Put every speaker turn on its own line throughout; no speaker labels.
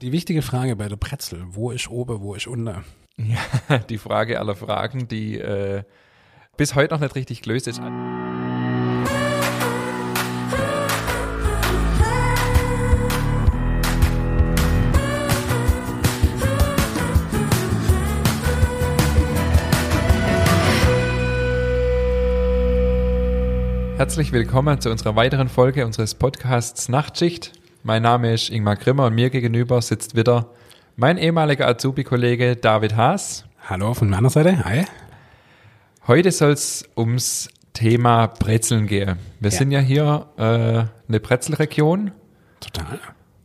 Die wichtige Frage bei der Pretzel, wo ist oben, wo ist unten?
Ja, die Frage aller Fragen, die äh, bis heute noch nicht richtig gelöst ist. Herzlich willkommen zu unserer weiteren Folge unseres Podcasts Nachtschicht. Mein Name ist Ingmar Grimmer und mir gegenüber sitzt wieder mein ehemaliger Azubi-Kollege David Haas.
Hallo von meiner Seite, hi.
Heute soll es ums Thema Brezeln gehen. Wir
Ja.
sind ja hier äh, eine Brezelregion
Total.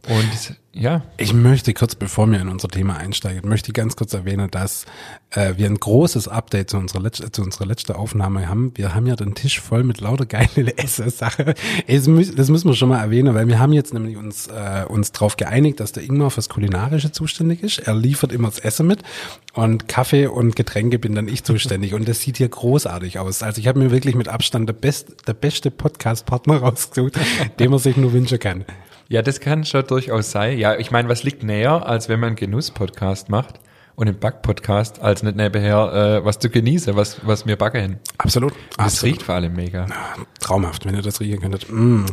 und ja,
Ich möchte kurz, bevor wir in unser Thema einsteigen, möchte ich ganz kurz erwähnen, dass äh, wir ein großes Update zu unserer, Letz zu unserer letzten Aufnahme haben. Wir haben ja den Tisch voll mit lauter geilen Esse-Sache. Es mü- Das müssen wir schon mal erwähnen, weil wir haben jetzt nämlich uns, äh, uns darauf geeinigt, dass der Ingmar fürs Kulinarische zuständig ist. Er liefert immer das Essen mit und Kaffee und Getränke bin dann ich zuständig. Und das sieht hier großartig aus. Also ich habe mir wirklich mit Abstand der, best, der beste Podcast-Partner rausgesucht, den man sich nur wünschen kann.
ja, das kann schon durchaus sein. Ja, ich meine, was liegt näher, als wenn man einen Genuss-Podcast macht und einen Back-Podcast, als nicht nebenher äh, was zu genießen, was, was wir backen.
Absolut.
Das riecht vor allem mega.
Traumhaft, wenn ihr das riechen könntet. Mm.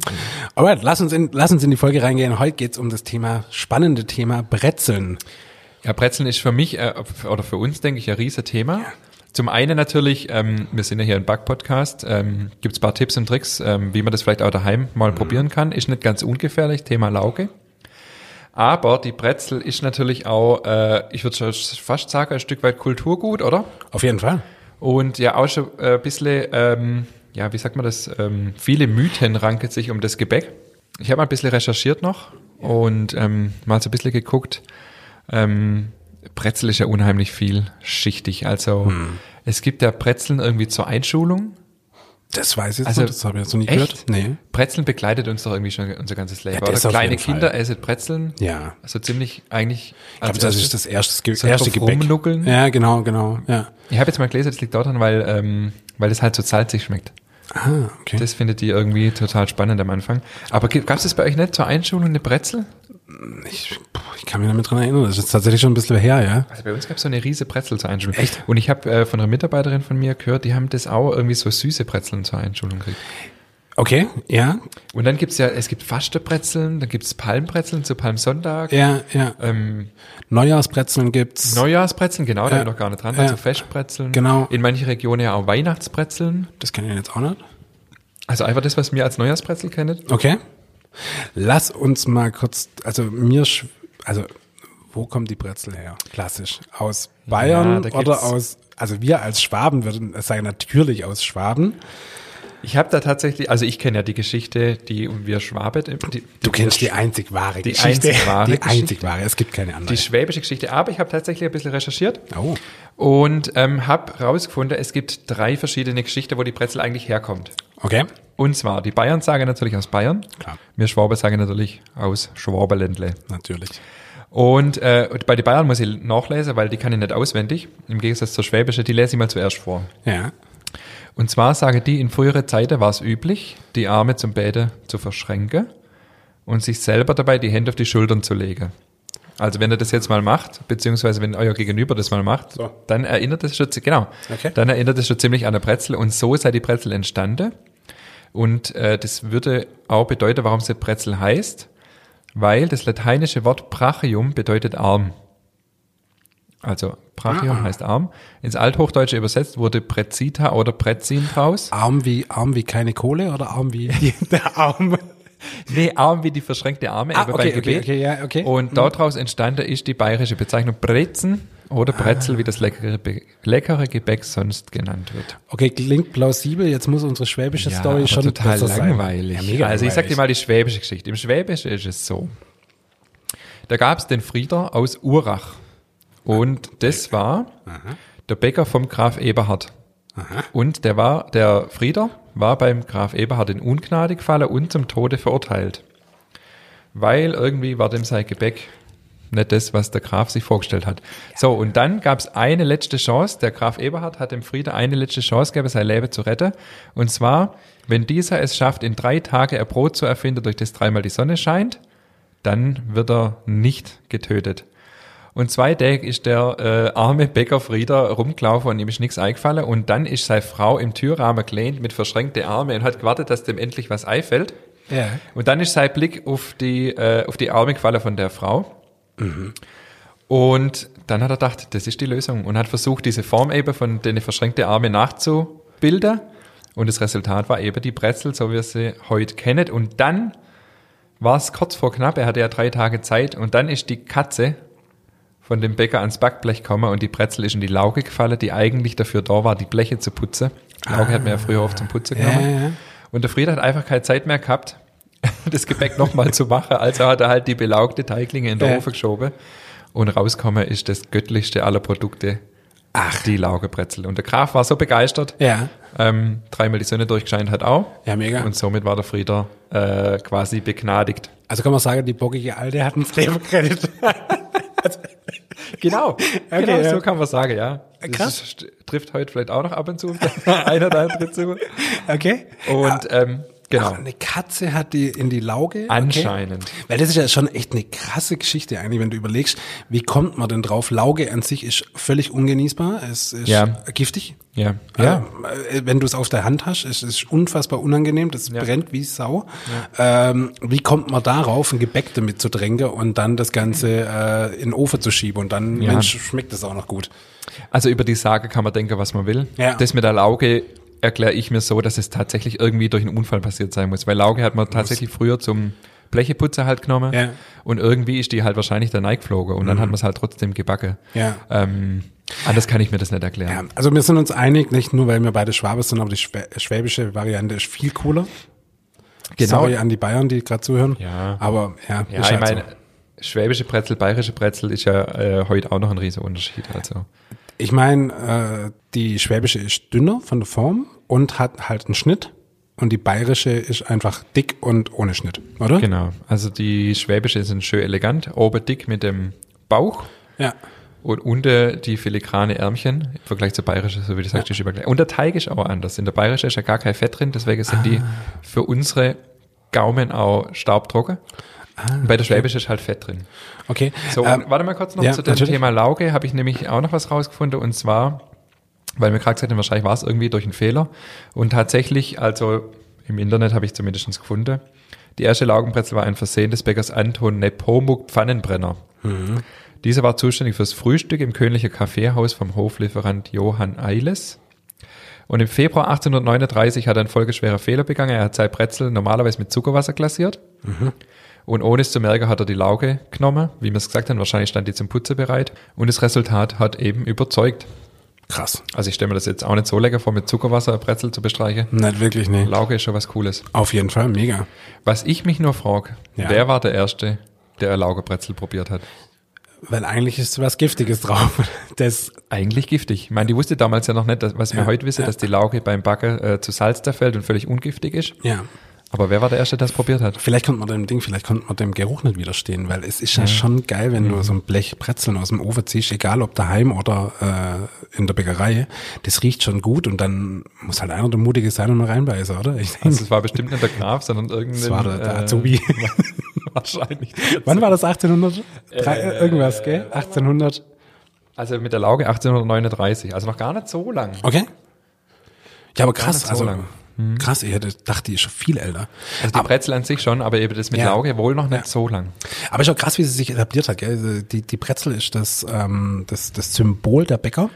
Alright, lass uns, in, lass uns in die Folge reingehen. Heute geht's um das Thema, spannende Thema Brezeln.
Ja, Brezeln ist für mich äh, oder für uns, denke ich, ein riesen Thema. Zum einen natürlich, ähm, wir sind ja hier ein Back-Podcast, ähm, gibt es ein paar Tipps und Tricks, ähm, wie man das vielleicht auch daheim mal probieren kann. Ist nicht ganz ungefährlich, Thema Lauge. Aber die Brezel ist natürlich auch, äh, ich würde fast sagen, ein Stück weit Kulturgut, oder?
Auf jeden Fall.
Und ja, auch schon äh, ein bisschen, ähm, ja, wie sagt man das, ähm, viele Mythen ranken sich um das Gebäck. Ich habe mal ein bisschen recherchiert noch und ähm, mal so ein bisschen geguckt. Ähm, Brezel ist ja unheimlich vielschichtig. Also
Hm.
es gibt ja Brezeln irgendwie zur Einschulung.
Das weiß ich jetzt
Also,
nicht, das habe ich jetzt noch nie gehört. Nee.
Brezeln begleitet uns doch irgendwie schon unser ganzes Leben.
das
oder?
auf
Kleine
jeden Fall.
Kinder essen Brezeln.
Ja.
Also ziemlich
Ich
eigentlich. also als
glaube, das
erstes.
ist das erste, Ge
So
erste
drauf
Gebäck.
rumnuckeln.
Ja, genau, genau. Ja.
Ich habe jetzt mal gelesen, das liegt daran, weil, ähm, weil es halt so salzig schmeckt.
Ah, okay.
Das findet ihr irgendwie total spannend am Anfang. Aber gab es das bei euch nicht zur Einschulung eine Brezel?
ich, puh, ich kann mich damit dran erinnern. Das ist jetzt tatsächlich schon ein bisschen her, ja.
Also bei uns gab es so eine riese Brezel zur Einschulung. Echt? Und ich habe äh, von einer Mitarbeiterin von mir gehört, die haben das auch irgendwie so süße Brezeln zur Einschulung gekriegt.
Okay, ja,
Und dann gibt's ja, es gibt Fastebrezeln, dann gibt's Palmbrezeln zu Palmsonntag.
ja, ja.
Ähm,
Neujahrsbrezeln gibt's.
Neujahrsbrezeln, genau, da
Ja.
bin ich noch gar nicht dran.
Ja.
Also Festbrezeln.
Genau.
In manchen Regionen ja auch Weihnachtsbrezeln.
das kenne ich jetzt auch nicht.
Also einfach das, was mir als Neujahrsbrezel kennt.
Okay. Lass uns mal kurz, also mir, schw- also wo kommt die Brezel her? Klassisch. Aus Bayern
da gibt's-
oder aus, also wir als Schwaben würden sagen, natürlich aus Schwaben.
Ich habe da tatsächlich, also ich kenne ja die Geschichte, die wir Schwabet, die,
Du kennst die einzig wahre
die
Geschichte.
einzig wahre
die
Geschichte.
einzig wahre, es gibt keine andere.
die schwäbische Geschichte. Aber ich habe tatsächlich ein bisschen recherchiert.
oh,
Und ähm, habe herausgefunden, es gibt drei verschiedene Geschichten, wo die Brezel eigentlich herkommt.
okay.
Und zwar, die Bayern sagen natürlich aus Bayern.
Klar.
Wir Schwaben sagen natürlich aus Schwabenländle.
Natürlich.
Und äh, und bei den Bayern muss ich nachlesen, weil die kann ich nicht auswendig. Im Gegensatz zur Schwäbische, die lese ich mal zuerst vor.
Ja.
Und zwar sagen die, in frühere Zeiten war es üblich, die Arme zum Beten zu verschränken und sich selber dabei die Hände auf die Schultern zu legen. Also wenn ihr das jetzt mal macht, beziehungsweise wenn euer Gegenüber das mal macht,
So.
dann erinnert es schon, zi- genau,
Okay.
dann erinnert es schon ziemlich an eine Brezel und so sei die Brezel entstanden. Und äh, das würde auch bedeuten, warum sie Brezel heißt, weil das lateinische Wort Brachium bedeutet Arm. Also Brachium
Ah.
heißt Arm. Ins Althochdeutsche übersetzt wurde Prezita oder Prezin draus.
Arm wie, arm wie keine Kohle oder arm wie der Arm?
Nee, Arm wie die verschränkte Arme,
Ah,
aber
okay,
beim Gebet.
okay, okay, ja, okay.
Und daraus entstanden ist die bayerische Bezeichnung Brezen oder Brezel, wie das leckere, Be- leckere Gebäck sonst genannt wird.
Okay, klingt plausibel. Jetzt muss unsere schwäbische Story
aber
schon
total
besser sein.
langweilig.
Ja, mega
also ich sag dir
langweilig.
mal die schwäbische Geschichte. Im Schwäbischen ist es so. Da gab es den Frieder aus Urach. Und
Äh,
das war der Bäcker vom Graf Eberhard. Und der war, der Frieder war beim Graf Eberhard in Ungnade gefallen und zum Tode verurteilt. Weil irgendwie war dem sein Gebäck nicht das, was der Graf sich vorgestellt hat. So, und dann gab es eine letzte Chance. Der Graf Eberhard hat dem Frieder eine letzte Chance gegeben, sein Leben zu retten. Und zwar, wenn dieser es schafft, in drei Tagen ein Brot zu erfinden, durch das dreimal die Sonne scheint, dann wird er nicht getötet. Und zwei Tage ist der äh, arme Bäcker Frieder rumgelaufen und ihm ist nichts eingefallen. Und dann ist seine Frau im Türrahmen gelehnt mit verschränkten Armen und hat gewartet, dass dem endlich was einfällt.
Ja.
Und dann ist sein Blick auf die, äh, auf die Arme gefallen von der Frau. Und dann hat er gedacht, das ist die Lösung. Und hat versucht, diese Form eben von den verschränkten Arme nachzubilden. Und das Resultat war eben die Brezel, so wie wir sie heute kennen. Und dann war es kurz vor knapp, er hatte ja drei Tage Zeit. Und dann ist die Katze von dem Bäcker ans Backblech gekommen und die Brezel ist in die Lauge gefallen, die eigentlich dafür da war, die Bleche zu putzen. Die Lauge hat man ja früher oft zum Putzen
Ja,
genommen.
ja, ja.
Und der Fried hat einfach keine Zeit mehr gehabt, das Gebäck nochmal zu machen. Also hat er halt die belaugte Teiglinge in den
Ja.
Ofen geschoben. Und rausgekommen ist das göttlichste aller Produkte. Ach. Die Laugebrezel. Und der Graf war so begeistert.
Ja.
Ähm, dreimal die Sonne durchgescheint hat auch.
Ja, mega.
Und somit war der Frieder äh, quasi begnadigt.
Also kann man sagen, die bockige Alte hat einen Flavor-Credit.
Genau, genau
ja. Äh,
so kann man sagen, ja. Das
Krass.
Ist, trifft heute vielleicht auch noch ab und zu einer der anderen zu.
Okay.
Und ähm, genau,
Ach, eine Katze hat die in die Lauge.
anscheinend.
Okay. Weil das ist ja schon echt eine krasse Geschichte eigentlich, wenn du überlegst, wie kommt man denn drauf? Lauge an sich ist völlig ungenießbar, es ist
Ja.
giftig.
Ja,
Ja. Äh, Wenn du es auf der Hand hast, ist es unfassbar unangenehm, das brennt wie Sau. Ähm, wie kommt man darauf, ein Gebäck damit zu tränken und dann das Ganze äh, in den Ofen zu schieben und dann,
Ja.
Mensch, schmeckt das auch noch gut.
Also über die Sage kann man denken, was man will.
Ja.
Das mit der Lauge erkläre ich mir so, dass es tatsächlich irgendwie durch einen Unfall passiert sein muss. Weil Lauge hat man tatsächlich früher zum Blecheputzer halt genommen
Ja. Mhm.
und irgendwie ist die halt wahrscheinlich da reingeflogen und dann hat man es halt trotzdem gebacken.
Ja.
Ähm, anders kann ich mir das nicht
Ja,
erklären.
also wir sind uns einig, nicht nur, weil wir beide Schwabe sind, aber die schwä- schwäbische Variante ist viel cooler.
Genau.
Sorry an die Bayern, die gerade zuhören.
Ja.
Aber ja,
Ja, also-
ist
ich
halt
meine,
so.
schwäbische Brezel, bayerische Brezel ist ja äh, heute auch noch ein riesen Unterschied. Also.
ich meine, äh, die schwäbische ist dünner von der Form und hat halt einen Schnitt. Und die bayerische ist einfach dick und ohne Schnitt, oder?
Genau. Also die schwäbische sind schön elegant, oben dick mit dem Bauch
Ja.
und unter die filigrane Ärmchen im Vergleich zur bayerischen, so wie du sagst, die ist übergleich. Und der Teig ist auch anders. In der bayerischen ist ja gar kein Fett drin, deswegen sind die für unsere Gaumen auch staubtrocken. Und bei der schwäbischen ist halt Fett drin.
Okay.
So,
ähm,
und warte mal kurz noch
ja,
zu dem
natürlich.
Thema Lauge, habe ich nämlich auch noch was rausgefunden und zwar, weil mir gerade gesagt haben, wahrscheinlich war es irgendwie durch einen Fehler und tatsächlich, also im Internet habe ich zumindest gefunden, die erste Laugenbrezel war ein Versehen des Bäckers Anton Nepomuk Pfannenbrenner.
Mhm.
Dieser war zuständig fürs Frühstück im königlichen Kaffeehaus vom Hoflieferant Johann Eiles. Und im Februar 1839 hat er einen folgeschweren Fehler begangen. Er hat sein Brezel normalerweise mit Zuckerwasser glasiert. Und ohne es zu merken, hat er die Lauge genommen. Wie wir es gesagt haben, wahrscheinlich stand die zum Putzen bereit. Und das Resultat hat eben überzeugt.
krass.
Also ich stelle mir das jetzt auch nicht so lecker vor, mit Zuckerwasser ein Brezel zu bestreichen.
Nicht wirklich, nee.
Lauge ist schon was Cooles.
Auf jeden Fall, mega.
Was ich mich nur frage,
Ja.
wer war der Erste, der ein Laugebrezel probiert hat?
Weil eigentlich ist was Giftiges drauf. Das,
Eigentlich giftig. Ich meine, die wusste damals ja noch nicht, dass, was wir
Ja,
heute wissen,
ja.
dass die Lauge beim Backen äh, zu Salz da fällt und völlig ungiftig ist.
ja.
Aber wer war der Erste, der das probiert hat?
Vielleicht kommt man dem Ding, vielleicht kommt man dem Geruch nicht widerstehen, weil es ist ja, schon geil, wenn
Mhm.
du so ein Blech Brezeln aus dem Ofen ziehst, egal ob daheim oder äh, in der Bäckerei. Das riecht schon gut und dann muss halt einer der Mutige sein und mal reinbeißen, oder? Ich denke,
Also es war bestimmt nicht der Graf, sondern irgendein... äh,
das war der, der Azubi.
Wahrscheinlich.
Wann war das? 1800? Drei,
Äh,
irgendwas, gell? 1800.
Also mit der Lauge 1839, also noch gar nicht so lang.
Okay. Ja, aber krass,
nicht so
also
lang. Mhm.
krass, ich hätte gedacht, die ist schon viel älter.
Also die Brezel an sich schon, aber eben das mit
Ja.
Lauge wohl noch nicht
Ja.
so lang.
Aber ist auch krass, wie sie sich etabliert hat, gell? Also Die, die Brezel ist das, ähm, das, das Symbol der Bäcker.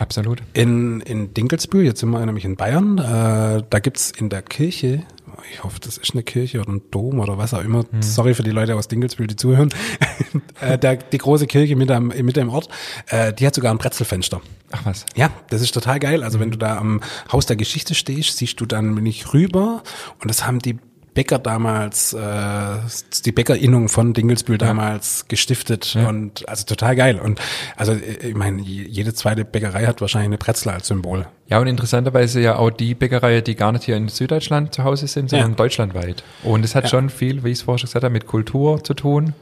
Absolut.
In, in Dinkelsbühl, jetzt sind wir nämlich in Bayern, äh, da gibt's in der Kirche, ich hoffe, das ist eine Kirche oder ein Dom oder was auch immer, sorry für die Leute aus Dinkelsbühl, die zuhören, äh, der, die große Kirche mit am, mit im Ort, äh, die hat sogar ein Brezelfenster.
Ach was.
Ja, das ist total geil. Also wenn du da am Haus der Geschichte stehst, siehst du dann nämlich rüber und das haben die Bäcker damals, äh, die Bäckerinnung von Dingelsbühl damals gestiftet und also total geil. Und also äh, ich meine, je- jede zweite Bäckerei hat wahrscheinlich eine Brezel als Symbol.
Ja, und interessanterweise ja auch die Bäckereien, die gar nicht hier in Süddeutschland zu Hause sind, sondern
Ja.
deutschlandweit. Und es hat schon viel, wie ich es vorher schon gesagt habe, mit Kultur zu tun.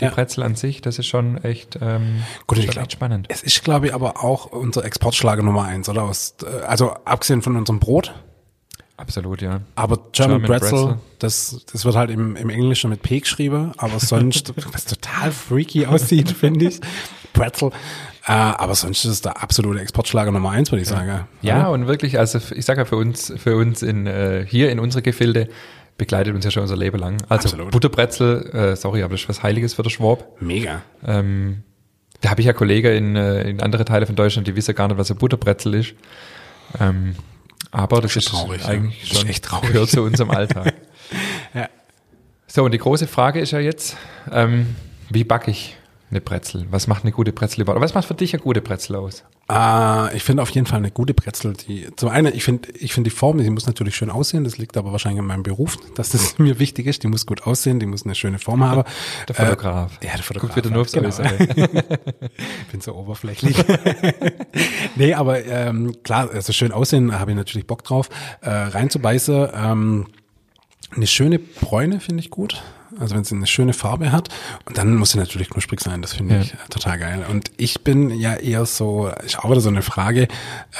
Die
Ja.
Brezel an sich, das ist schon echt, ähm,
Gut, ich
schon
glaub-
echt spannend.
Es ist, glaube ich, aber auch unser Exportschlager Nummer eins, oder? Aus, äh, also abgesehen von unserem Brot.
Absolut, ja.
Aber German,
German
Pretzel,
Pretzel.
Das, das wird halt im, im Englischen mit P geschrieben, aber sonst, was total freaky aussieht, finde ich. Pretzel. Äh, aber sonst ist es der absolute Exportschlager Nummer eins, würde ich sagen.
Ja, und wirklich, also ich sage ja, für uns, für uns in, äh, hier in unsere Gefilde begleitet uns ja schon unser Leben lang. Also
Absolut.
Butterbrezel, äh, sorry, aber das ist was Heiliges für den Schwab.
Mega.
Ähm, da habe ich ja Kollegen in, äh, in andere Teile von Deutschland, die wissen gar nicht, was ein Butterbrezel ist. Ähm, aber das,
ist
ist
traurig, ja.
eigentlich
Das ist
schon
echt traurig.
gehört zu unserem Alltag.
Ja.
So, und die große Frage ist ja jetzt, ähm, wie backe ich eine Brezel? Was macht eine gute Brezel überhaupt? Was macht für dich eine gute Brezel aus?
Äh, ich finde auf jeden Fall eine gute Brezel. Die, zum einen, ich finde ich finde die Form, die muss natürlich schön aussehen. Das liegt aber wahrscheinlich an meinem Beruf, dass das mir wichtig ist. Die muss gut aussehen, die muss eine schöne Form haben.
Der Fotograf.
Äh, ja, der Fotograf.
Guck wieder nur aufs
genau.
Äußere.
Ich bin so oberflächlich. nee, aber ähm, klar, also schön aussehen, da habe ich natürlich Bock drauf. Äh, reinzubeißen, ähm, eine schöne Bräune finde ich gut. Also wenn sie eine schöne Farbe hat. Und dann muss sie natürlich knusprig sein, das finde ich äh, total geil. Und ich bin ja eher so, ich habe da so eine Frage,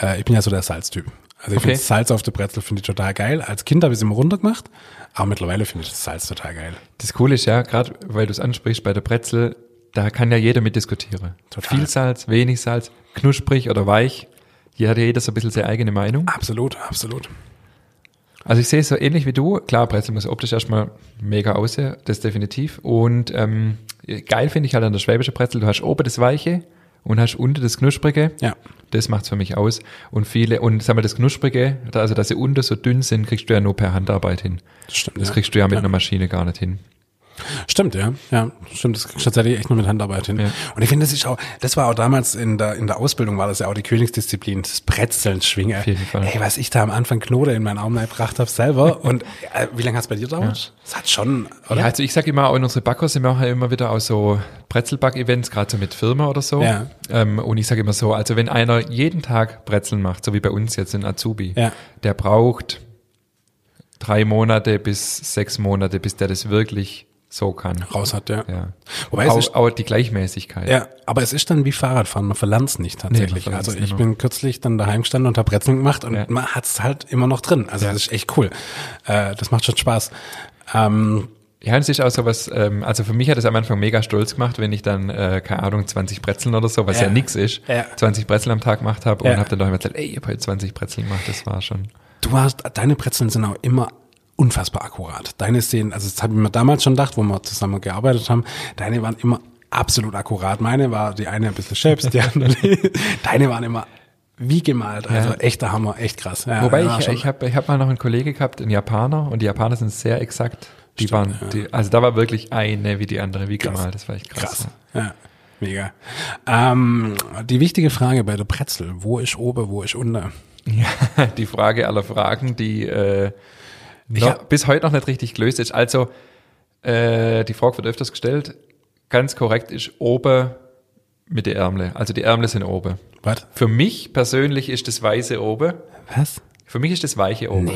äh, ich bin ja so der Salztyp. Also ich
Okay.
finde Salz auf der Brezel finde ich total geil. Als Kind habe ich es immer runtergemacht, aber mittlerweile finde ich das Salz total geil.
Das Coole ist ja, gerade weil du es ansprichst bei der Brezel, da kann ja jeder mit diskutieren.
Total.
Viel Salz, wenig Salz, knusprig oder weich. Hier hat ja jeder so ein bisschen seine eigene Meinung.
Absolut, absolut.
Also ich sehe es so ähnlich wie du. Klar, Brezel muss optisch erstmal mega aussehen, das definitiv. Und ähm, geil finde ich halt an der schwäbischen Brezel, du hast oben das Weiche und hast unten das Knusprige.
Ja.
Das macht's für mich aus. Und viele, und sag mal, das Knusprige, da- also dass sie unten so dünn sind, kriegst du ja nur per Handarbeit hin.
Das stimmt.
Das
ja.
kriegst du ja mit einer Maschine gar nicht hin.
Stimmt, ja. Ja, stimmt. Das kriegst du tatsächlich echt nur mit Handarbeit hin.
Ja.
Und ich finde, das ist auch, das war auch damals in der, in der Ausbildung, war das ja auch die Königsdisziplin, das Brezeln schwingen. Auf
jeden Fall.
Ey, was ich da am Anfang Knote in meinen Arm gebracht habe selber. Und äh, wie lange hat's bei dir gedauert? Es hat schon,
Ja,
oder?
also ich sage immer, auch in unsere Backkurse machen wir immer wieder auch so Brezelback-Events, gerade so mit Firma oder so.
Ja.
Ähm, und ich sage immer so, also wenn einer jeden Tag Brezeln macht, so wie bei uns jetzt in Azubi,
Ja.
der braucht drei Monate bis sechs Monate, bis der das wirklich so kann.
Raus hat, ja.
Ja.
Wobei es ist-
Auch, auch die Gleichmäßigkeit.
Ja, aber es ist dann wie Fahrradfahren, man verlernt es nicht tatsächlich.
Nee, man verlernt's
also
nicht
ich
mehr.
bin kürzlich dann daheim gestanden und hab Brezeln gemacht und
Ja.
man hat's halt immer noch drin. Also das ist echt cool. Äh, das macht schon Spaß. Ähm,
Ja, und es ist auch so was, ähm, also für mich hat es am Anfang mega stolz gemacht, wenn ich dann, äh, keine Ahnung, 20 Brezeln oder so, was
Ja.
ja, nix ist,
Ja.
20 Brezeln am Tag gemacht habe und
Ja.
habe dann doch immer gesagt, ey, ich habe heute 20 Brezeln gemacht, das war schon.
Du hast, deine Brezeln sind auch immer unfassbar akkurat. Deine Szenen, also das habe ich mir damals schon gedacht, wo wir zusammen gearbeitet haben, deine waren immer absolut akkurat. Meine war die eine ein bisschen selbst, die andere. deine waren immer wie gemalt. Also echter Hammer, echt krass. Ja,
Wobei
ja,
ich,
Ah, schon.
ich habe ich hab mal noch einen Kollege gehabt, einen Japaner, und die Japaner sind sehr exakt. Die waren, die, also da war wirklich eine wie die andere, wie gemalt, das war echt krass.
krass. Ja. Mega. Ähm, die wichtige Frage bei der Brezel, wo ist oben, wo ist unten?
Ja, die Frage aller Fragen, die äh,
Ich
noch,
hab-
bis heute noch nicht richtig gelöst ist. Also, äh, die Frage wird öfters gestellt, ganz korrekt ist oben mit den Ärmle. Also die Ärmle sind oben.
Was?
Für mich persönlich ist das weiße oben,
Was?
für mich ist das weiche oben.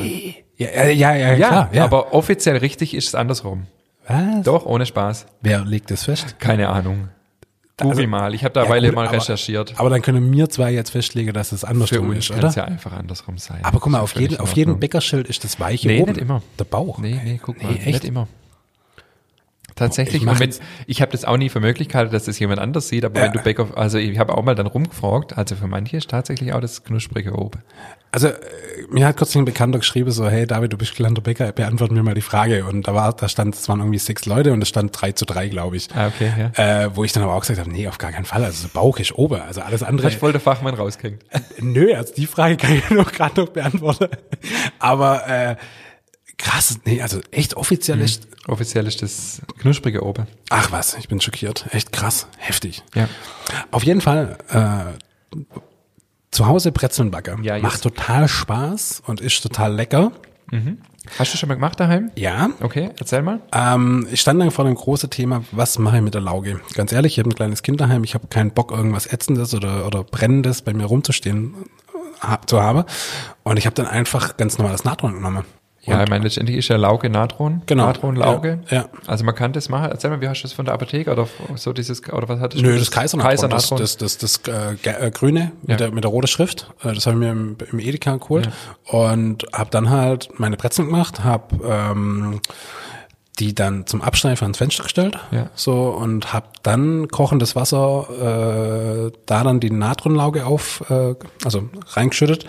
Ja, ja, ja, ja,
Ja,
klar. Ja.
aber offiziell richtig ist es andersrum.
Was?
Doch, ohne Spaß.
Wer legt das fest?
Keine Ahnung. Google mal. Ich habe da
also- Ja,
Weile
gut,
mal
aber-
recherchiert.
Aber dann können wir zwei jetzt festlegen, dass es
Für
andersrum
uns
ist,
kann
oder?
es ja einfach andersrum sein.
Aber guck mal,
Ist
auf
völlig
jeden,
in
auf jedem
Ordnung.
Bäckerschild ist das Weiche
Nee,
oben.
nicht immer.
Der Bauch.
Nee, nee, guck mal.
Nee, echt?
Nicht immer. Tatsächlich,
Ich
ich,
mach
wenn,
jetzt-
ich habe das auch nie für möglich gehalten, dass das jemand anders sieht, aber
Ja.
wenn du Bäcker, also ich habe auch mal dann rumgefragt, also für manche ist tatsächlich auch das knusprige oben.
Also, äh, mir hat kurz ein Bekannter geschrieben, so, hey David, du bist gelernter Bäcker, beantworte mir mal die Frage. Und da war, da stand, es waren irgendwie sechs Leute und es stand drei zu drei, glaube ich.
Ah, okay, ja.
Äh, wo ich dann aber auch gesagt habe, nee, auf gar keinen Fall. Also der Bauch ist oben, also alles andere.
Hast voll der Fachmann rausgehängt.
Nö, also die Frage kann ich noch gerade noch beantworten. Aber äh, krass, nee, also echt offiziell
Mhm.
ist.
Offiziell ist das knusprige oben.
Ach was, ich bin schockiert. Echt krass, heftig.
Ja.
Auf jeden Fall, äh, zu Hause Brezeln backen.
Ja, jetzt.
Macht total Spaß und ist total lecker.
Hast du schon mal gemacht daheim?
Ja.
Okay, erzähl mal.
Ähm, ich stand dann vor dem großen Thema, was mache ich mit der Lauge? Ganz ehrlich, ich habe ein kleines Kind daheim, ich habe keinen Bock, irgendwas Ätzendes oder, oder Brennendes bei mir rumzustehen äh, ha- zu haben. Und ich habe dann einfach ganz normales Natron genommen.
Ja, ich meine, letztendlich ist ja Lauge Natron.
Genau.
Natron Lauge.
Ja, ja.
Also man kann das machen. Erzähl mal, wie hast du das von der Apotheke oder so dieses, oder was hattest
Nö,
du?
das Kaisernatron,
Kaisernatron.
das, das, das, das äh, ge- äh, Grüne
Ja.
mit, der, mit der roten Schrift, äh, das habe ich mir im, im Edeka geholt und habe dann halt meine Brezeln gemacht, habe ähm, die dann zum Abschneiden ans Fenster gestellt
Ja.
so und habe dann kochendes Wasser äh, da dann die Natronlauge auf, äh, also reingeschüttet,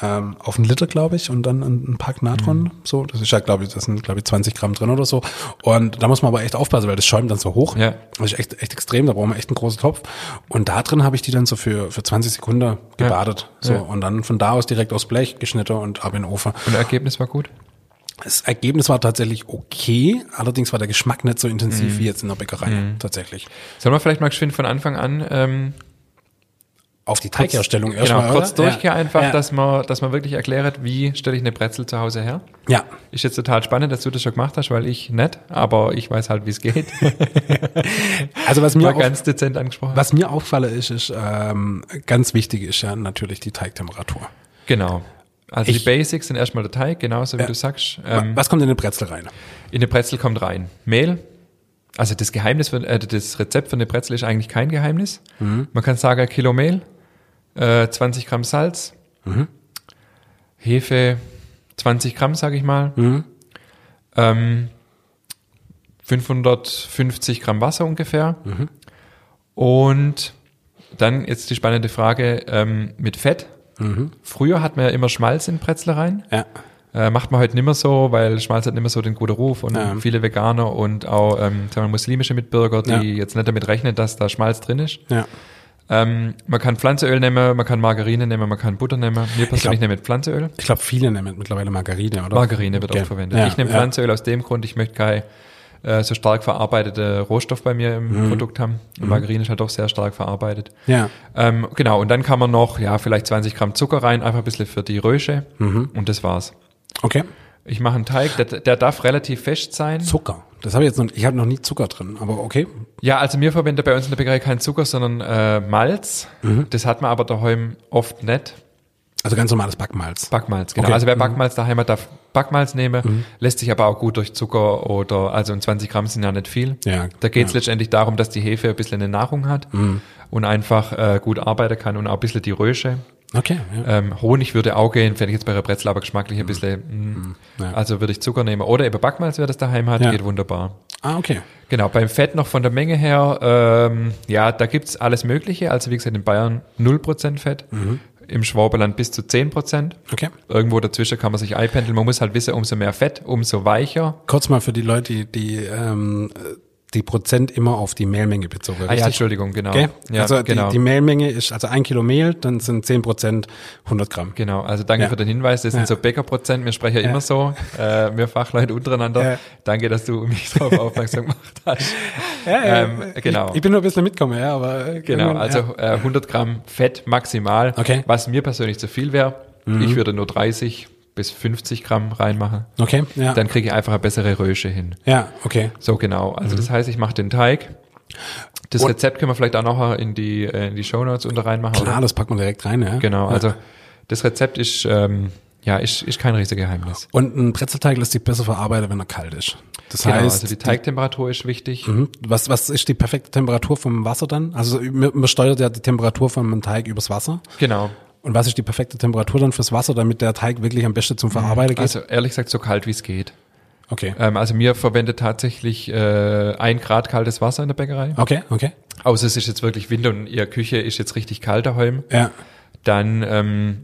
ähm, auf einen Liter, glaube ich, und dann ein, ein Pack
Mhm.
Natron, so, das ist ja, glaube ich, das sind, glaube ich, 20 Gramm drin oder so und da muss man aber echt aufpassen, weil das schäumt dann so hoch.
Ja.
Das ist echt, echt extrem, da brauchen wir echt einen großen Topf. Und da drin habe ich die dann so für, für 20 Sekunden gebadet. So,
Ja.
Und dann von da aus direkt aus Blech geschnitten und ab in den Ofen.
Und das Ergebnis war gut.
Das Ergebnis war tatsächlich okay, allerdings war der Geschmack nicht so intensiv
Mhm.
wie jetzt in der Bäckerei, tatsächlich.
Sollen wir vielleicht mal geschwind von Anfang an, ähm,
Auf die Teigherstellung
genau,
erstmal.
kurz
oder?
durchgehen einfach,
ja.
dass man, dass man wirklich erklärt, wie stelle ich eine Brezel zu Hause her.
Ja.
Ist jetzt total spannend, dass du das schon gemacht hast, weil ich nicht, aber ich weiß halt, wie es geht.
Also was mir,
Mal
auf,
ganz dezent angesprochen.
was mir auffallen ist, ist ähm, ganz wichtig ist ja natürlich die Teigtemperatur.
Genau. Also
Ich-
die Basics sind erstmal der Teig, genauso wie
Ja.
du sagst.
Wa-
Ähm,
was kommt in eine Brezel rein?
in eine Brezel kommt rein Mehl. Also das Geheimnis für, äh, das Rezept für eine Brezel ist eigentlich kein Geheimnis. Man kann sagen, ein Kilo Mehl, äh, 20 Gramm Salz, Hefe 20 Gramm, sage ich mal, ähm, 550 Gramm Wasser ungefähr. Und dann jetzt die spannende Frage ähm, mit Fett. Früher hat man ja immer Schmalz in Brezel rein.
Ja.
Äh, macht man heute nicht mehr so, weil Schmalz hat nicht mehr so den guten Ruf und
Ja.
viele Veganer und auch ähm, sagen wir, muslimische Mitbürger, die
Ja.
jetzt nicht damit rechnen, dass da Schmalz drin ist.
Ja.
Ähm, man kann Pflanzenöl nehmen, man kann Margarine nehmen, man kann Butter nehmen. Mir
glaub-
persönlich nehme ich Pflanzenöl.
Ich glaube, viele nehmen mittlerweile Margarine, oder?
Margarine wird
Okay.
auch verwendet.
Ja,
ich nehme
ja.
Pflanzenöl aus dem Grund, ich möchte kein äh, so stark verarbeitete Rohstoff bei mir
Mhm.
im Produkt haben. Und Margarine ist halt doch sehr stark verarbeitet.
Ja.
Ähm, genau, und dann kann man noch, ja, vielleicht 20 Gramm Zucker rein, einfach ein bisschen für die Rösche.
Mhm.
Und das war's.
Okay.
Ich mache einen Teig, der, der darf relativ fest sein.
Zucker. Das habe ich jetzt noch, ich habe noch nie Zucker drin, aber okay.
Ja, also mir verwendet bei uns in der Bäckerei keinen Zucker, sondern äh, Malz.
Mhm.
Das hat man aber daheim oft nicht.
Also ganz normales Backmalz.
Backmalz, genau.
Okay. Mhm.
Also wer Backmalz daheim hat, darf Backmalz nehmen, lässt sich aber auch gut durch Zucker oder, also und 20 Gramm sind ja nicht viel.
Ja,
Da geht es
ja. Mhm.
letztendlich darum, dass die Hefe ein bisschen eine Nahrung hat und einfach äh, gut arbeiten kann und auch ein bisschen die Rösche.
Okay. Ja.
Ähm, Honig würde auch gehen, wenn ich jetzt bei der Brezel aber geschmacklich ein bisschen, mh.
Mhm. Ja.
also würde ich Zucker nehmen. Oder eben Backmalz, wer das daheim hat,
Ja.
geht wunderbar.
Ah, okay.
Genau, beim Fett noch von der Menge her, ähm, ja, da gibt's alles Mögliche. Also wie gesagt, in Bayern 0% Fett,
Mhm.
im Schwabenland bis zu 10%.
Okay.
Irgendwo dazwischen kann man sich einpendeln. Man muss halt wissen, umso mehr Fett, umso weicher. Ah,
Kurz mal für die Leute, die, die, ähm, die Prozent immer auf die Mehlmenge bezogen.
Ah ja,
richtig?
Entschuldigung, genau.
Okay?
Ja,
also
genau.
die, die Mehlmenge ist also ein Kilo Mehl, dann sind 10 Prozent 100 Gramm.
Genau, also danke
Ja.
für den Hinweis. Das sind
Ja.
so Bäckerprozent. Wir sprechen ja immer so, äh, wir Fachleute untereinander.
Ja.
Danke, dass du mich darauf aufmerksam gemacht hast. Ähm, genau.
Äh, Ich, ich bin nur ein bisschen mitgekommen, ja, aber äh,
Genau,
irgendwann-
also
ja.
äh, 100 Gramm Fett maximal,
Okay. Mhm.
was mir persönlich zu viel wäre. Ich würde nur 30 bis 50 Gramm reinmachen.
okay, ja,
Dann kriege ich einfach eine bessere Rösche hin.
ja, okay.
So genau, also das heißt, ich mache den Teig. Das
Mhm. Und-
Rezept können wir vielleicht auch noch in die, äh, in die Shownotes unter reinmachen. oder?
Klar, das packt man direkt rein, ja.
Genau,
Ja.
also das Rezept ist, ähm, ja, ist, ist kein riesiges Geheimnis.
Und ein Brezelteig lässt sich besser verarbeiten, wenn er kalt ist. Das
Genau,
heißt,
also die Teigtemperatur ist wichtig.
Mhm. Was, was ist die perfekte Temperatur vom Wasser dann? Also man man steuert ja die Temperatur vom Teig übers Wasser.
Genau.
Und was ist die perfekte Temperatur dann fürs Wasser, damit der Teig wirklich am besten zum Verarbeiten geht?
Also ehrlich gesagt, so kalt wie es geht.
okay.
Ähm, also mir verwendet tatsächlich äh, ein Grad kaltes Wasser in der Bäckerei.
Okay, okay.
Außer es ist jetzt wirklich Winter und ihr Küche ist jetzt richtig kalt daheim.
Ja.
Dann ähm,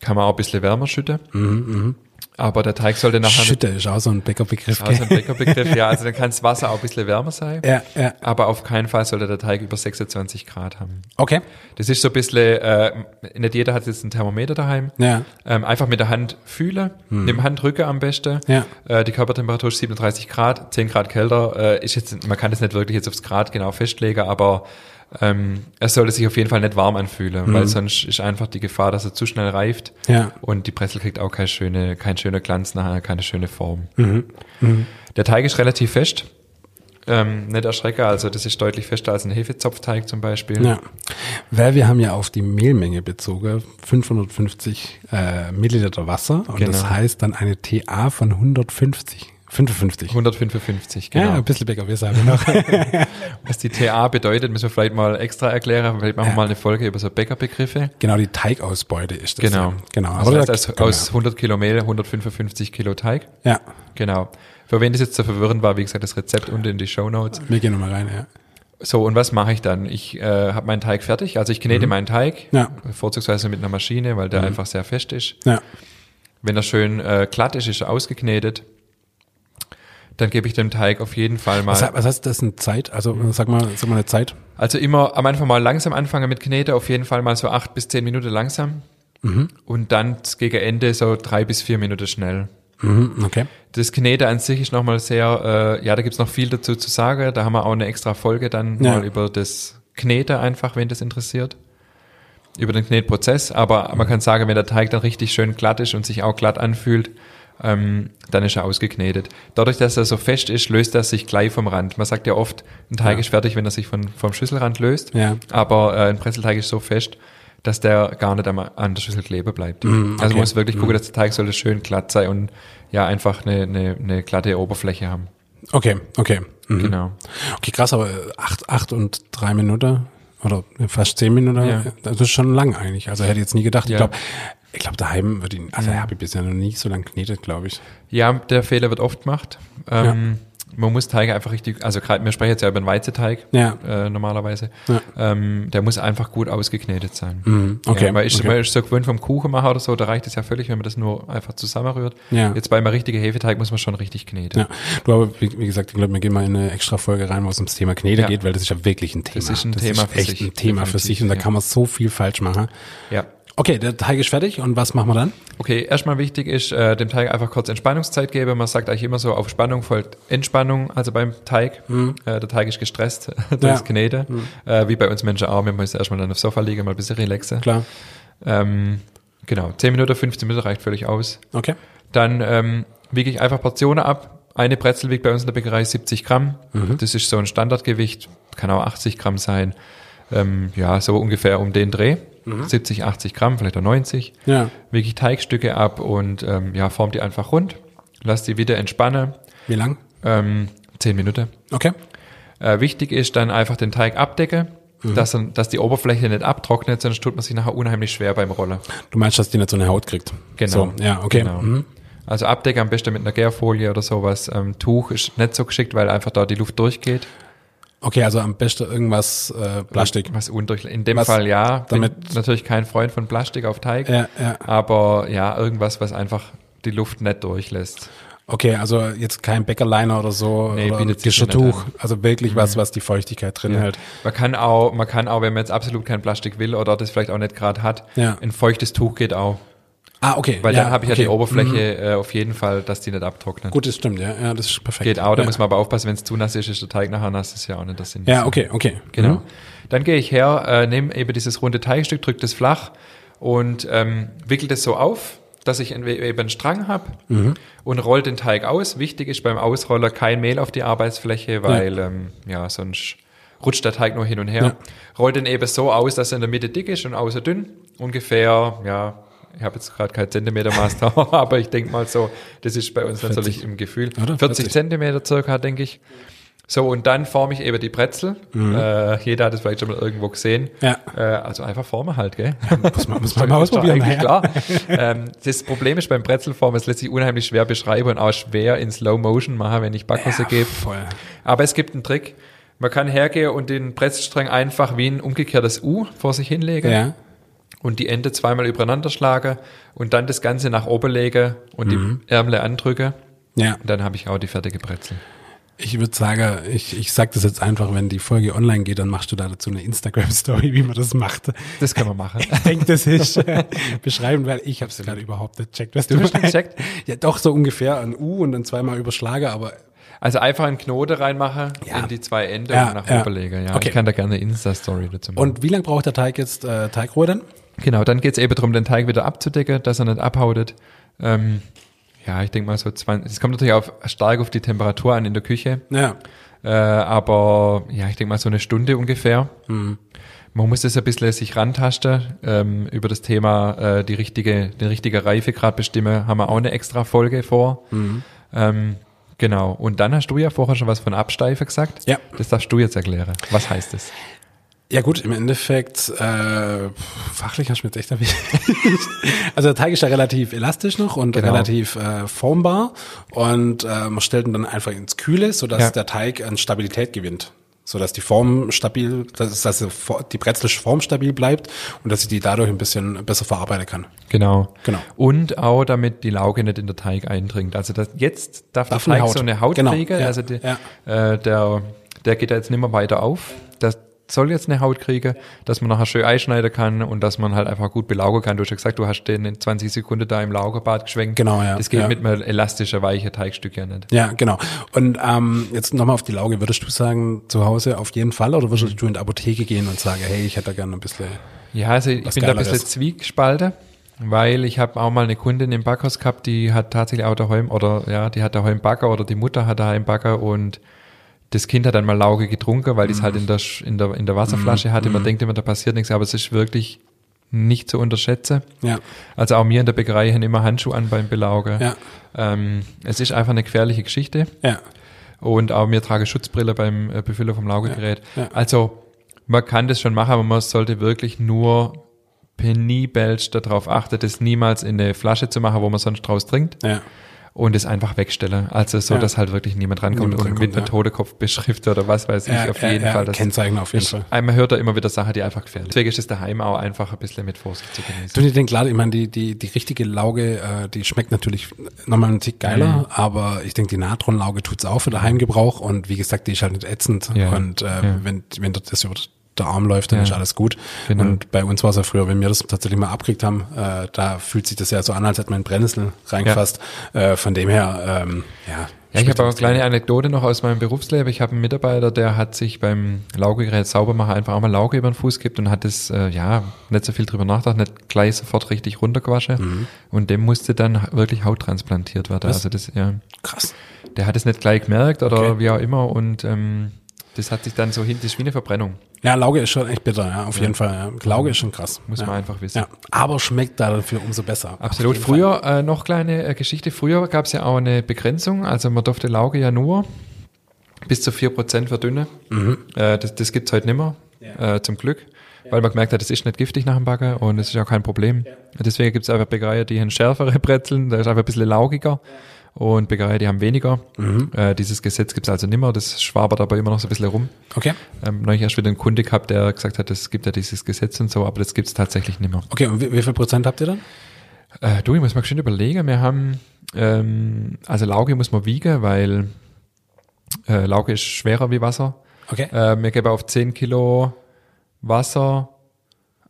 kann man auch ein bisschen wärmer schütten. Aber der Teig sollte nachher
Schütte ist auch so ein Bäckerbegriff.
Also ein
gell?
Bäckerbegriff, ja, also dann kann das Wasser auch ein bisschen wärmer sein.
Ja, ja.
Aber auf keinen Fall sollte der Teig über 26 Grad haben.
Okay.
Das ist so ein bisschen, äh, nicht jeder hat jetzt einen Thermometer daheim.
Ja.
Ähm, einfach mit der Hand fühlen, mit dem Handrücken am
Hm.
besten.
Ja.
Äh, die Körpertemperatur ist 37 Grad, 10 Grad kälter. Äh, ist jetzt, man kann das nicht wirklich jetzt aufs Grad genau festlegen, aber ähm, es sollte sich auf jeden Fall nicht warm anfühlen, weil sonst ist einfach die Gefahr, dass er zu schnell reift
Hm. Ja.
und die Pressel kriegt auch keine
Mhm.
schöne, kein schöner Glanz nachher, keine schöne Form. Der Teig ist relativ fest. Ähm, nicht erschrecken, also das ist deutlich fester als ein Hefezopfteig zum Beispiel.
Ja, weil wir haben ja auf die Mehlmenge bezogen, 550 äh, Milliliter Wasser und das
Genau.
heißt dann eine TA von 150, 55.
155,
Ja,
genau.
ein bisschen Bäcker, wir sagen noch.
Was die TA bedeutet, müssen wir vielleicht mal extra erklären. Vielleicht machen wir mal eine Folge über so Bäckerbegriffe.
genau, die Teigausbeute ist das.
Genau.
Ja. Genau.
Aber das heißt,
da-
aus,
genau.
aus 100 Kilo Mehl 155 Kilo Teig.
ja,
Genau. Für wen das jetzt so verwirrend war, wie gesagt, das Rezept unten in die Show Notes.
wir gehen nochmal rein, ja.
So, und was mache ich dann? Ich äh, habe meinen Teig fertig. Also ich knete meinen Teig,
Mhm. Ja. Mhm.
vorzugsweise mit einer Maschine, weil der einfach sehr fest ist.
Ja,
Wenn er schön äh, glatt ist, ist er ausgeknetet. Dann gebe ich dem Teig auf jeden Fall mal.
was, he- was heißt das denn Zeit? Also sag mal, sag mal eine Zeit.
Also immer am Anfang mal langsam anfangen mit Knete, auf jeden Fall mal so acht bis zehn Minuten langsam. Und dann gegen Ende so drei bis vier Minuten schnell.
Mhm, okay.
Das Knete an sich ist nochmal sehr, äh, ja, da gibt's noch viel dazu zu sagen. Da haben wir auch eine extra Folge dann
Ja.
mal über das Knete einfach, wenn das interessiert. Über den Knetprozess. Aber man kann sagen, wenn der Teig dann richtig schön glatt ist und sich auch glatt anfühlt, ähm, dann ist er ausgeknetet. Dadurch, dass er so fest ist, löst er sich gleich vom Rand. Man sagt ja oft, ein Teig ist fertig, wenn er sich von, vom Schüsselrand löst.
Ja.
Aber äh, ein Presselteig ist so fest, dass der gar nicht am, an der Schüssel kleben
Mhm.
bleibt. Also man muss wirklich gucken, dass der Teig sollte schön glatt sein und ja einfach eine, eine, eine glatte Oberfläche haben.
Okay, okay. Mhm.
Genau.
Okay, krass, aber äh, acht, acht und drei Minuten oder fast zehn Minuten,
Ja.
das ist schon lang eigentlich. Also hätte ich jetzt nie gedacht. Ich
Ja.
glaube, ich glaube, daheim würde ich, also habe ich bisher noch nie so lange knetet, glaube ich.
Ja, der Fehler wird oft gemacht. Ähm, Man muss Teige einfach richtig, also gerade wir sprechen jetzt ja über den Weizeteig
Ja.
äh, normalerweise.
Ja.
Ähm, der muss einfach gut ausgeknetet sein.
Mhm, okay,
Ja, man, ist,
okay.
man ist so gewöhnt vom Kuchenmacher oder so, da reicht es ja völlig, wenn man das nur einfach zusammenrührt.
Ja.
Jetzt bei einem richtigen Hefeteig muss man schon richtig kneten.
Ja, du aber wie, wie gesagt, ich glaube, wir gehen mal in eine extra Folge rein, wo es ums Thema Knete
Ja.
geht, weil das ist ja wirklich ein Thema.
ist ein Thema für
echt
sich,
ein Thema für
definitiv,
sich und da
ja.
kann man so viel falsch machen.
ja.
Okay, der Teig ist fertig und was machen wir dann?
Okay, erstmal wichtig ist, äh, dem Teig einfach kurz Entspannungszeit geben. Man sagt eigentlich immer so, auf Spannung folgt Entspannung, also beim Teig. Äh, der Teig ist gestresst
Mhm.
durch
Ja. Mhm.
das Knete. Äh, wie bei uns Menschen auch, wir müssen erstmal dann aufs Sofa liegen, mal ein bisschen relaxen.
Klar.
Ähm, genau, 10 Minuten, 15 Minuten reicht völlig aus.
Okay.
Dann ähm, wiege ich einfach Portionen ab. Eine Brezel wiegt bei uns in der Bäckerei 70 Gramm.
Mhm.
Das ist so ein Standardgewicht, kann auch 80 Gramm sein. Ähm, ja, so ungefähr um den Dreh. 70, 80 Gramm, vielleicht auch 90
Mhm. Ja.
wiege ich Teigstücke ab und ähm, ja, form die einfach rund, lass die wieder entspannen,
Wie lang?
ähm, 10 Minuten.
Okay.
Äh, wichtig ist dann einfach den Teig abdecken,
Mhm.
dass, dann- dass die Oberfläche nicht abtrocknet, sonst tut man sich nachher unheimlich schwer beim Rollen.
Du meinst, dass die nicht so eine Haut kriegt.
Genau.
So, ja, okay.
Genau.
Mhm.
Also abdecken am besten mit einer Gärfolie oder sowas. Ähm, Tuch ist nicht so geschickt, weil einfach da die Luft durchgeht.
Okay, also am besten irgendwas äh, Plastik.
Was undurch. In dem
Was-
Fall ja. Bin
damit-
natürlich kein Freund von Plastik auf Teig.
Ja, ja.
Aber ja, irgendwas, was einfach die Luft nicht durchlässt.
Okay, also jetzt kein Bäckerliner oder so
Nee,
oder ein
bietet sich
Geschirrtuch.
nicht Mhm.
Also wirklich was, was die Feuchtigkeit drin hält.
Man kann auch, man kann auch, wenn man jetzt absolut kein Plastik will oder das vielleicht auch nicht gerade hat,
Ja.
ein feuchtes Tuch geht auch.
Ah, okay.
Weil
ja,
dann habe ich
okay.
ja die Oberfläche äh, auf jeden Fall, dass die nicht abtrocknen.
Gut, das stimmt, ja. Ja, das ist perfekt.
Geht auch, da
ja.
muss man aber aufpassen, wenn es zu nass ist, ist der Teig nachher nass, ist ja auch nicht das Sinn.
Ja, okay, okay.
Genau.
Mhm.
Dann gehe ich her, äh, nehme eben dieses runde Teigstück, drücke das flach und ähm, wickel das so auf, dass ich entwe- eben einen Strang habe und roll den Teig aus. Wichtig ist beim Ausroller kein Mehl auf die Arbeitsfläche, weil ähm, ja sonst rutscht der Teig nur hin und her. Roll den eben so aus, dass er in der Mitte dick ist und außer dünn. Ungefähr, ja, ich habe jetzt gerade kein Zentimetermaß da, aber ich denke mal so, das ist bei uns natürlich im Gefühl.
Oder?
40
40.
Zentimeter circa, denke ich. So, und dann forme ich eben die Brezel. Äh, jeder hat es vielleicht schon mal irgendwo gesehen.
Mhm. Ja.
Äh, also einfach formen halt, gell?
Muss man, muss man mal
Ist doch
ausprobieren.
eigentlich
ja.
klar. ähm, das Problem ist beim Brezelformen, es lässt sich unheimlich schwer beschreiben und auch schwer in Slow Motion machen, wenn ich Backwürste
Ja,
gebe.
voll.
Aber es gibt einen Trick. Man kann hergehen und den Brezelstrang einfach wie ein umgekehrtes U vor sich hinlegen
Ja.
und die Ende zweimal übereinander schlage und dann das Ganze nach oben lege und
Mhm.
die Ärmel andrücke.
Ja.
Und dann habe ich auch die fertige Brezel.
Ich würde sagen, ich, ich sag das jetzt einfach, wenn die Folge online geht, dann machst du da dazu eine Instagram-Story, wie man das macht.
Das kann man machen.
Ich denke, das ist äh, beschreiben, weil ich habe es gerade überhaupt nicht checkt, was du,
hast nicht
meinst.
checkt?
Ja, doch so ungefähr ein U und dann zweimal überschlage, aber
Also einfach einen Knoten reinmache
Ja.
in die zwei Enden
Ja,
und nach
ja.
oben lege. Ja,
Okay.
Ich kann da gerne eine Insta-Story dazu machen.
und wie lange braucht der Teig jetzt äh, Teigrohr dann?
genau, dann geht's eben darum, den Teig wieder abzudecken, dass er nicht abhautet. Ähm, Ja, ich denke mal so 20. Es kommt natürlich auf, stark auf die Temperatur an in der Küche.
Ja.
Äh, aber ja, ich denke mal so eine Stunde ungefähr. Man muss das ein bisschen sich rantasten. Ähm, über das Thema äh, die richtige, den richtigen Reifegrad bestimmen, haben wir auch eine extra Folge vor. Ähm, genau. Und dann hast du ja vorher schon was von Absteife gesagt.
Ja.
Das darfst du jetzt erklären. Was heißt das?
Ja gut, im Endeffekt, äh, fachlich hast du mir jetzt echt erwischt. also der Teig ist ja relativ elastisch noch und
Genau.
relativ äh, formbar und äh, man stellt ihn dann einfach ins Kühle, sodass
Ja.
der Teig an Stabilität gewinnt. Sodass die Form stabil, dass, dass die For- die bretzlische Form stabil bleibt und dass ich die dadurch ein bisschen besser verarbeiten kann.
Genau.
Genau.
Und auch damit die Lauge nicht in den Teig eindringt. Also das, jetzt darf,
Darf
der
eine
Teig
Haut.
so eine Haut
Genau,
kriegen.
ja,
Also die,
ja.
äh, der, der geht da jetzt nicht mehr weiter auf. Das soll jetzt eine Haut kriegen, dass man nachher schön einschneiden kann und dass man halt einfach gut belaugen kann. Du hast ja gesagt, du hast den in 20 Sekunden da im Laugebad geschwenkt.
Genau, ja,
Das geht
ja.
mit einem elastischen, weichen Teigstück ja nicht.
Ja, genau. Und ähm, jetzt nochmal auf die Lauge. Würdest du sagen, zu Hause auf jeden Fall oder würdest du in die Apotheke gehen und sagen, hey, ich hätte da gerne ein bisschen...
Ja, also ich
Was
bin da ein bisschen
Geileres.
zwiegespalten, weil ich habe auch mal eine Kundin im Backhaus gehabt, die hat tatsächlich auch daheim oder ja, die hat daheim Backer oder die Mutter hat daheim Backer und das Kind hat dann mal Lauge getrunken, weil die es
Mhm.
halt in der, Sch- in der, in der Wasserflasche hatte. Man denkt immer, da passiert nichts, aber es ist wirklich nicht zu unterschätzen.
Ja,
Also auch mir in der Bäckerei haben immer Handschuhe an beim Belaugen.
Ja.
Ähm, es ist einfach eine gefährliche Geschichte.
ja.
Und auch mir trage Schutzbrille beim äh, Befüller vom Laugegerät.
Ja, ja.
Also man kann das schon machen, aber man sollte wirklich nur penibelst darauf achten, das niemals in eine Flasche zu machen, wo man sonst draus trinkt
Ja,
und es einfach wegstellen. Also so,
Ja.
dass halt wirklich niemand rankommt
Niemand
und mit
rankommt,
einer
ja.
Todekopf beschriftet oder was weiß ich.
ja,
auf jeden
ja,
Fall.
Ja,
Das
Kennzeichen auf jeden
ist-
Fall.
Man hört da immer wieder Sachen, die einfach gefährlich sind. Deswegen ist es daheim auch einfach ein bisschen mit Vorsicht zu
Du,
genießen.
ich denke, klar, ich meine, die, die, die richtige Lauge, äh, die schmeckt natürlich nochmal einen Tick geiler,
Mhm.
aber ich denke, die Natronlauge tut's auch für den Heimgebrauch und wie gesagt, die ist halt nicht ätzend
Ja,
und äh,
ja.
wenn, wenn dort das über der Arm läuft, dann
Ja.
ist alles gut.
Genau.
Und bei uns war es ja früher, wenn wir das tatsächlich mal abgekriegt haben, äh, da fühlt sich das ja so an, als hätte man einen Brennnessel reingefasst. Äh, von dem her, ähm, ja.
Ja, ich
spielt
habe aber
das
eine kleine Anekdote noch aus meinem Berufsleben. Ich habe einen Mitarbeiter, der hat sich beim Laugegerät Saubermacher einfach auch mal Lauge über den Fuß gibt und hat das, äh, ja, nicht so viel drüber nachgedacht, nicht gleich sofort richtig runtergewaschen. Und dem musste dann ha- wirklich Haut transplantiert werden. Also das, ja,
Krass.
der hat es nicht gleich gemerkt oder
Okay.
wie auch immer und ähm, das hat sich dann so hin, das ist wie eine Verbrennung.
Ja, Lauge ist schon echt bitter, ja, auf jeden Fall. Ja. Lauge ist schon krass.
Muss
ja.
man einfach wissen.
Ja, aber schmeckt da dafür umso besser.
Absolut. Früher, äh, noch kleine äh, Geschichte, früher gab es ja auch eine Begrenzung, also man durfte Lauge ja nur bis zu 4% verdünnen. Äh, das das gibt's heute nicht mehr, äh, zum Glück, weil man gemerkt hat, das ist nicht giftig nach dem Backen und es ist ja kein Problem. Deswegen gibt's einfach Bäckereien, die haben schärfere Brezeln, da ist einfach ein bisschen laugiger. Und Bäckereien, die haben weniger. Äh, dieses Gesetz gibt's also nicht mehr, das schwabert aber immer noch so ein bisschen rum.
Okay.
Ähm, neulich erst wieder einen Kunde gehabt, der gesagt hat, es gibt ja dieses Gesetz und so, aber das gibt's tatsächlich nicht mehr.
Okay, und wie, wie viel Prozent habt ihr dann?
Äh, du, ich muss mal schön überlegen. Wir haben, ähm, also Lauge muss man wiegen, weil äh, Lauge ist schwerer wie Wasser.
Okay.
Äh, wir geben auf 10 Kilo Wasser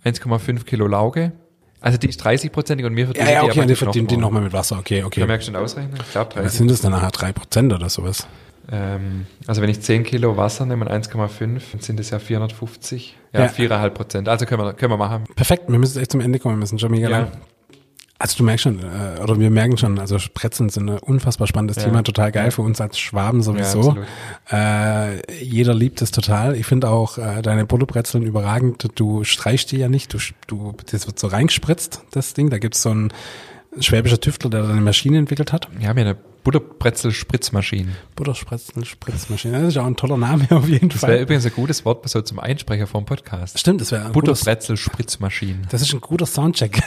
1,5 Kilo Lauge. Also die ist 30-prozentig und wir verdienen
ja, ja, okay,
aber
und ihr
nicht
verdient die
nochmal.
nochmal mit Wasser. Okay,
Kann
okay.
man ja schon ausrechnen? Ich glaube
Was
30.
sind das denn nachher? Drei Prozent oder sowas?
Ähm, also wenn ich 10 Kilo Wasser nehme und 1,5, dann sind es ja 450. Ja,
Ja.
4,5 Prozent. Also können wir, können wir machen.
Perfekt, wir müssen jetzt echt zum Ende kommen, wir müssen schon mega
Ja.
lang. Also du merkst schon, äh, oder wir merken schon, also Brezeln sind ein unfassbar spannendes Thema, total geil für uns als Schwaben sowieso.
absolut.
äh, jeder liebt es total. Ich finde auch äh, deine Bullebrezeln überragend. Du streichst die ja nicht, du, sch- du, das wird so reingespritzt, das Ding. Da gibt's so einen schwäbischer Tüftler, der da eine Maschine entwickelt hat.
Wir haben ja eine Butterbrezel-Spritzmaschine.
Butterspritzel, Spritzmaschine. Das ist ja auch ein toller Name auf jeden
Das wäre
Fall.
übrigens ein gutes Wort so zum Einsprecher vom Podcast.
Stimmt, das wäre ein guter,
Butterbrezel-Spritzmaschinen.
das ist ein guter Soundcheck.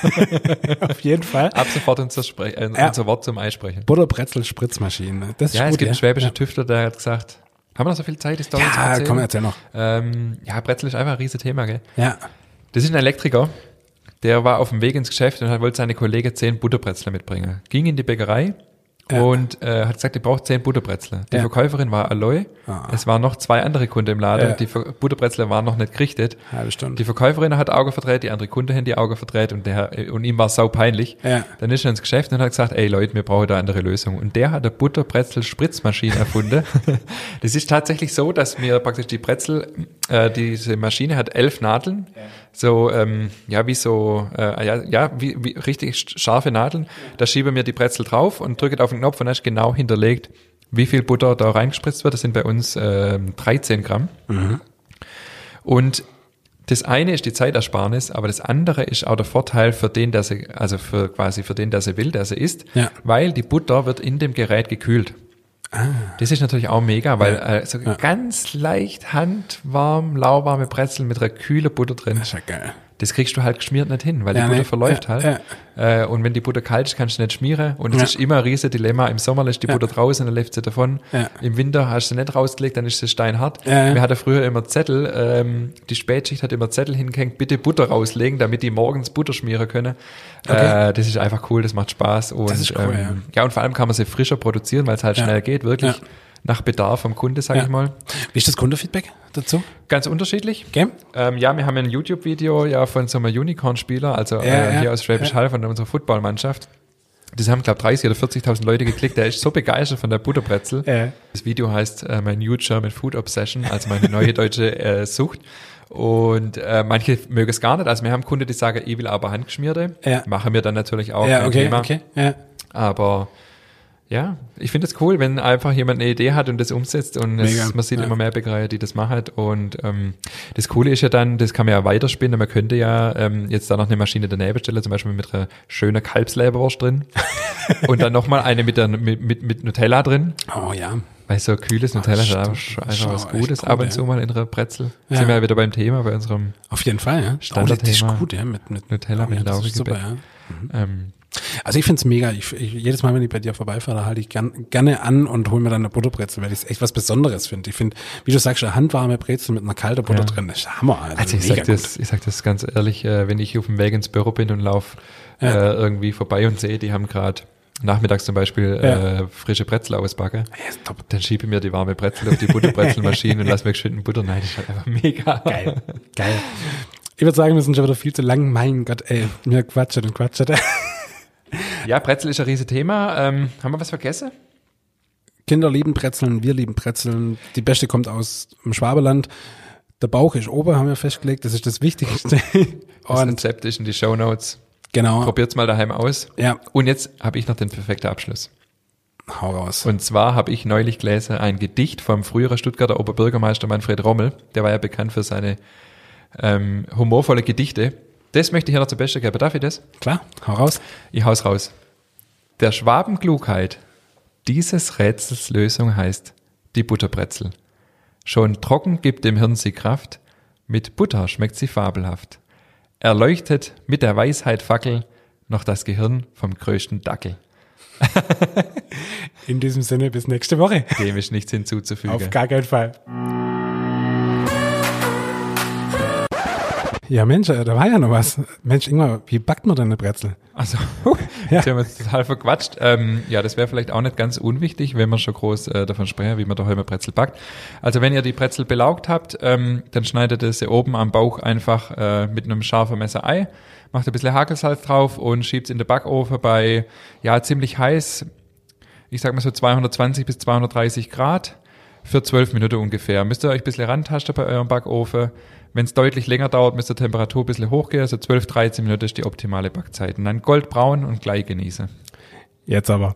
auf jeden Fall.
Ab sofort unser, Spre äh,
Ja.
unser Wort zum Einsprechen.
Butterbrezel, Spritzmaschine. Das ist
Ja,
gut,
es
ja.
gibt einen schwäbischen Tüftler, der hat gesagt, haben wir noch so viel Zeit, die Story zu
Ja,
erzählen?
komm, erzähl noch.
Ähm, ja, Brezel ist einfach ein riesiges Thema, gell?
Ja.
Das ist ein Elektriker, der war auf dem Weg ins Geschäft und hat wollte seine Kollegen zehn Butterbrezler mitbringen. Ging in die Bäckerei
Ja.
und äh, hat gesagt, ihr braucht zehn Butterbrezler. Die
Ja.
Verkäuferin war Aloy.
Ah.
Es waren noch zwei andere Kunden im Laden.
Ja.
Die Ver- Butterbrezler waren noch nicht gerichtet.
Halbe Stunde.
Die Verkäuferin hat Auge verdreht, die andere Kunde hat die Auge verdreht und, der, und ihm war sau peinlich.
Ja.
Dann ist er ins Geschäft und hat gesagt, ey Leute, wir brauchen da eine andere Lösung. Und der hat eine Butterbrezel-Spritzmaschine erfunden. das ist tatsächlich so, dass wir praktisch die Brezel Äh, diese Maschine hat elf Nadeln, so ähm, ja wie so äh, ja, ja wie, wie richtig sch- scharfe Nadeln. Da schiebe mir die Brezel drauf und drücke auf den Knopf und dann ist genau hinterlegt, wie viel Butter da reingespritzt wird. Das sind bei uns ähm, 13 Gramm. Und das eine ist die Zeitersparnis, aber das andere ist auch der Vorteil für den, der sie, also für quasi für den, der sie will, der sie isst,
Ja. Ah.
weil die Butter wird in dem Gerät gekühlt. Das ist natürlich auch mega, weil äh, so ganz leicht handwarm, lauwarme Brezeln mit einer kühlen Butter drin.
Das ist ja geil.
Das kriegst du halt geschmiert nicht hin, weil
Ja,
die Butter
nee.
verläuft
Ja,
halt. Äh, und wenn die Butter kalt ist, kannst du nicht schmieren. Und es
Ja.
ist immer ein riesen Dilemma. Im Sommer lässt die Butter draußen, dann läuft sie davon.
Ja.
Im Winter hast du sie nicht rausgelegt, dann ist sie steinhart.
Ja, ja.
Wir hatten früher immer Zettel, ähm, die Spätschicht hat immer Zettel hingehängt, bitte Butter rauslegen, damit die morgens Butter schmieren können.
Okay.
Äh, das ist einfach cool, das macht Spaß. Und,
ist cool,
ähm,
ja.
ja, und vor allem kann man sie frischer produzieren, weil es halt
Ja.
schnell geht, wirklich.
Ja.
Nach Bedarf vom Kunde, sag
Ja.
ich mal.
Wie ist das Kundenfeedback dazu?
Ganz unterschiedlich.
Game?
Ähm, ja, wir haben ein YouTube-Video ja von so einem Unicorn-Spieler, also äh,
ja,
hier aus Schwäbisch Hall von unserer Footballmannschaft. Das haben, glaube 30 oder 40.000 Leute geklickt. Der ist so begeistert von der Butterbrezel.
Ja.
Das Video heißt äh, My New German Food Obsession, also meine neue deutsche äh, Sucht. Und äh, manche mögen es gar nicht. Also wir haben Kunden, die sagen, ich will aber handgeschmierte.
Ja.
Machen wir dann natürlich auch.
ja,
kein
okay,
Thema.
okay. Ja.
Aber ja, ich finde es cool, wenn einfach jemand eine Idee hat und das umsetzt und
Mega,
es, man sieht
ja.
immer mehr Bäckereien, die das machen. Und ähm, das Coole ist ja dann, das kann man ja weiterspinnen. Man könnte ja ähm, jetzt da noch eine Maschine daneben stellen, zum Beispiel mit einer schönen Kalbsleberwurst drin und dann nochmal eine mit, der, mit, mit, mit Nutella drin.
Oh ja.
Weil so kühles Nutella ist
stimmt.
einfach sch-
Das ist
einfach was
auch echt
Gutes.
gut,
Ab und
ja.
zu mal in einer Brezel.
Ja.
Sind wir ja wieder beim Thema, bei unserem
Auf jeden Fall, ja.
Standardthema.
das ist gut, ja. Mit, mit Oh
Nutella
ja,
mit
das ist
Lauge
super, ja.
gebäckt. ähm,
Also ich find's mega. Ich, ich, jedes Mal, wenn ich bei dir vorbeifahre, halte ich gern, gerne an und hole mir dann eine Butterbrezel, weil ich's echt was Besonderes finde. Ich finde, wie du sagst, eine handwarme Brezel mit einer kalten Butter
Ja.
drin, das ist Hammer. Also,
Also ich
mega
sag, das, ich sag das ganz ehrlich, äh, wenn ich auf dem Weg ins Büro bin und lauf äh, irgendwie vorbei und sehe, die haben gerade nachmittags zum Beispiel äh, frische Brezel ausbacken,
gut. Ja, ist top.
dann schiebe ich mir die warme Brezel auf die Butterbrezelmaschine und lass mir geschwind einen Butterneid. Das ist halt einfach mega.
Geil. Geil. Ich würde sagen, wir sind schon wieder viel zu lang. Mein Gott, ey, mir quatschet und quatschet.
Ja, Brezel ist ein riesen Thema. Ähm, haben wir was vergessen?
Kinder lieben Brezeln, wir lieben Brezeln. Die beste kommt aus dem Schwabeland. Der Bauch ist oben, haben wir festgelegt. Das ist das Wichtigste.
Das
Und
Rezept ist in die Shownotes.
genau.
Probiert's mal daheim aus.
Ja,
Und jetzt habe ich noch den perfekten Abschluss.
hau raus.
Und zwar habe ich neulich gelesen ein Gedicht vom früheren Stuttgarter Oberbürgermeister Manfred Rommel. Der war ja bekannt für seine ähm, humorvolle Gedichte. Das möchte ich hier noch zum Besten geben. Darf ich das?
Klar, hau raus.
Ich hau's raus. Der Schwabenklugheit. Dieses Rätsels Lösung heißt die Butterbrezel. Schon trocken gibt dem Hirn sie Kraft, mit Butter schmeckt sie fabelhaft. Erleuchtet mit der Weisheit Fackel noch das Gehirn vom größten Dackel.
In diesem Sinne, bis nächste Woche.
Dem ist nichts hinzuzufügen.
Auf gar keinen Fall. Ja, Mensch, äh, da war ja noch was. Mensch, Ingmar, wie backt man denn eine Brezel?
Also, jetzt haben wir uns total verquatscht. Ähm, ja, das wäre vielleicht auch nicht ganz unwichtig, wenn man schon groß äh, davon sprechen, wie man daheim eine Brezel backt. Also, wenn ihr die Brezel belaugt habt, ähm, dann schneidet ihr sie oben am Bauch einfach äh, mit einem scharfen Messer Ei, macht ein bisschen Hakelsalz drauf und schiebt in den Backofen bei, ja, ziemlich heiß, ich sag mal so 220 bis 230 Grad für 12 Minuten ungefähr. Müsst ihr euch ein bisschen rantasten bei eurem Backofen. Wenn es deutlich länger dauert, müsst ihr die Temperatur ein bisschen hochgehen. Also 12, 13 Minuten ist die optimale Backzeit. Und dann goldbraun und gleich genießen.
Jetzt aber.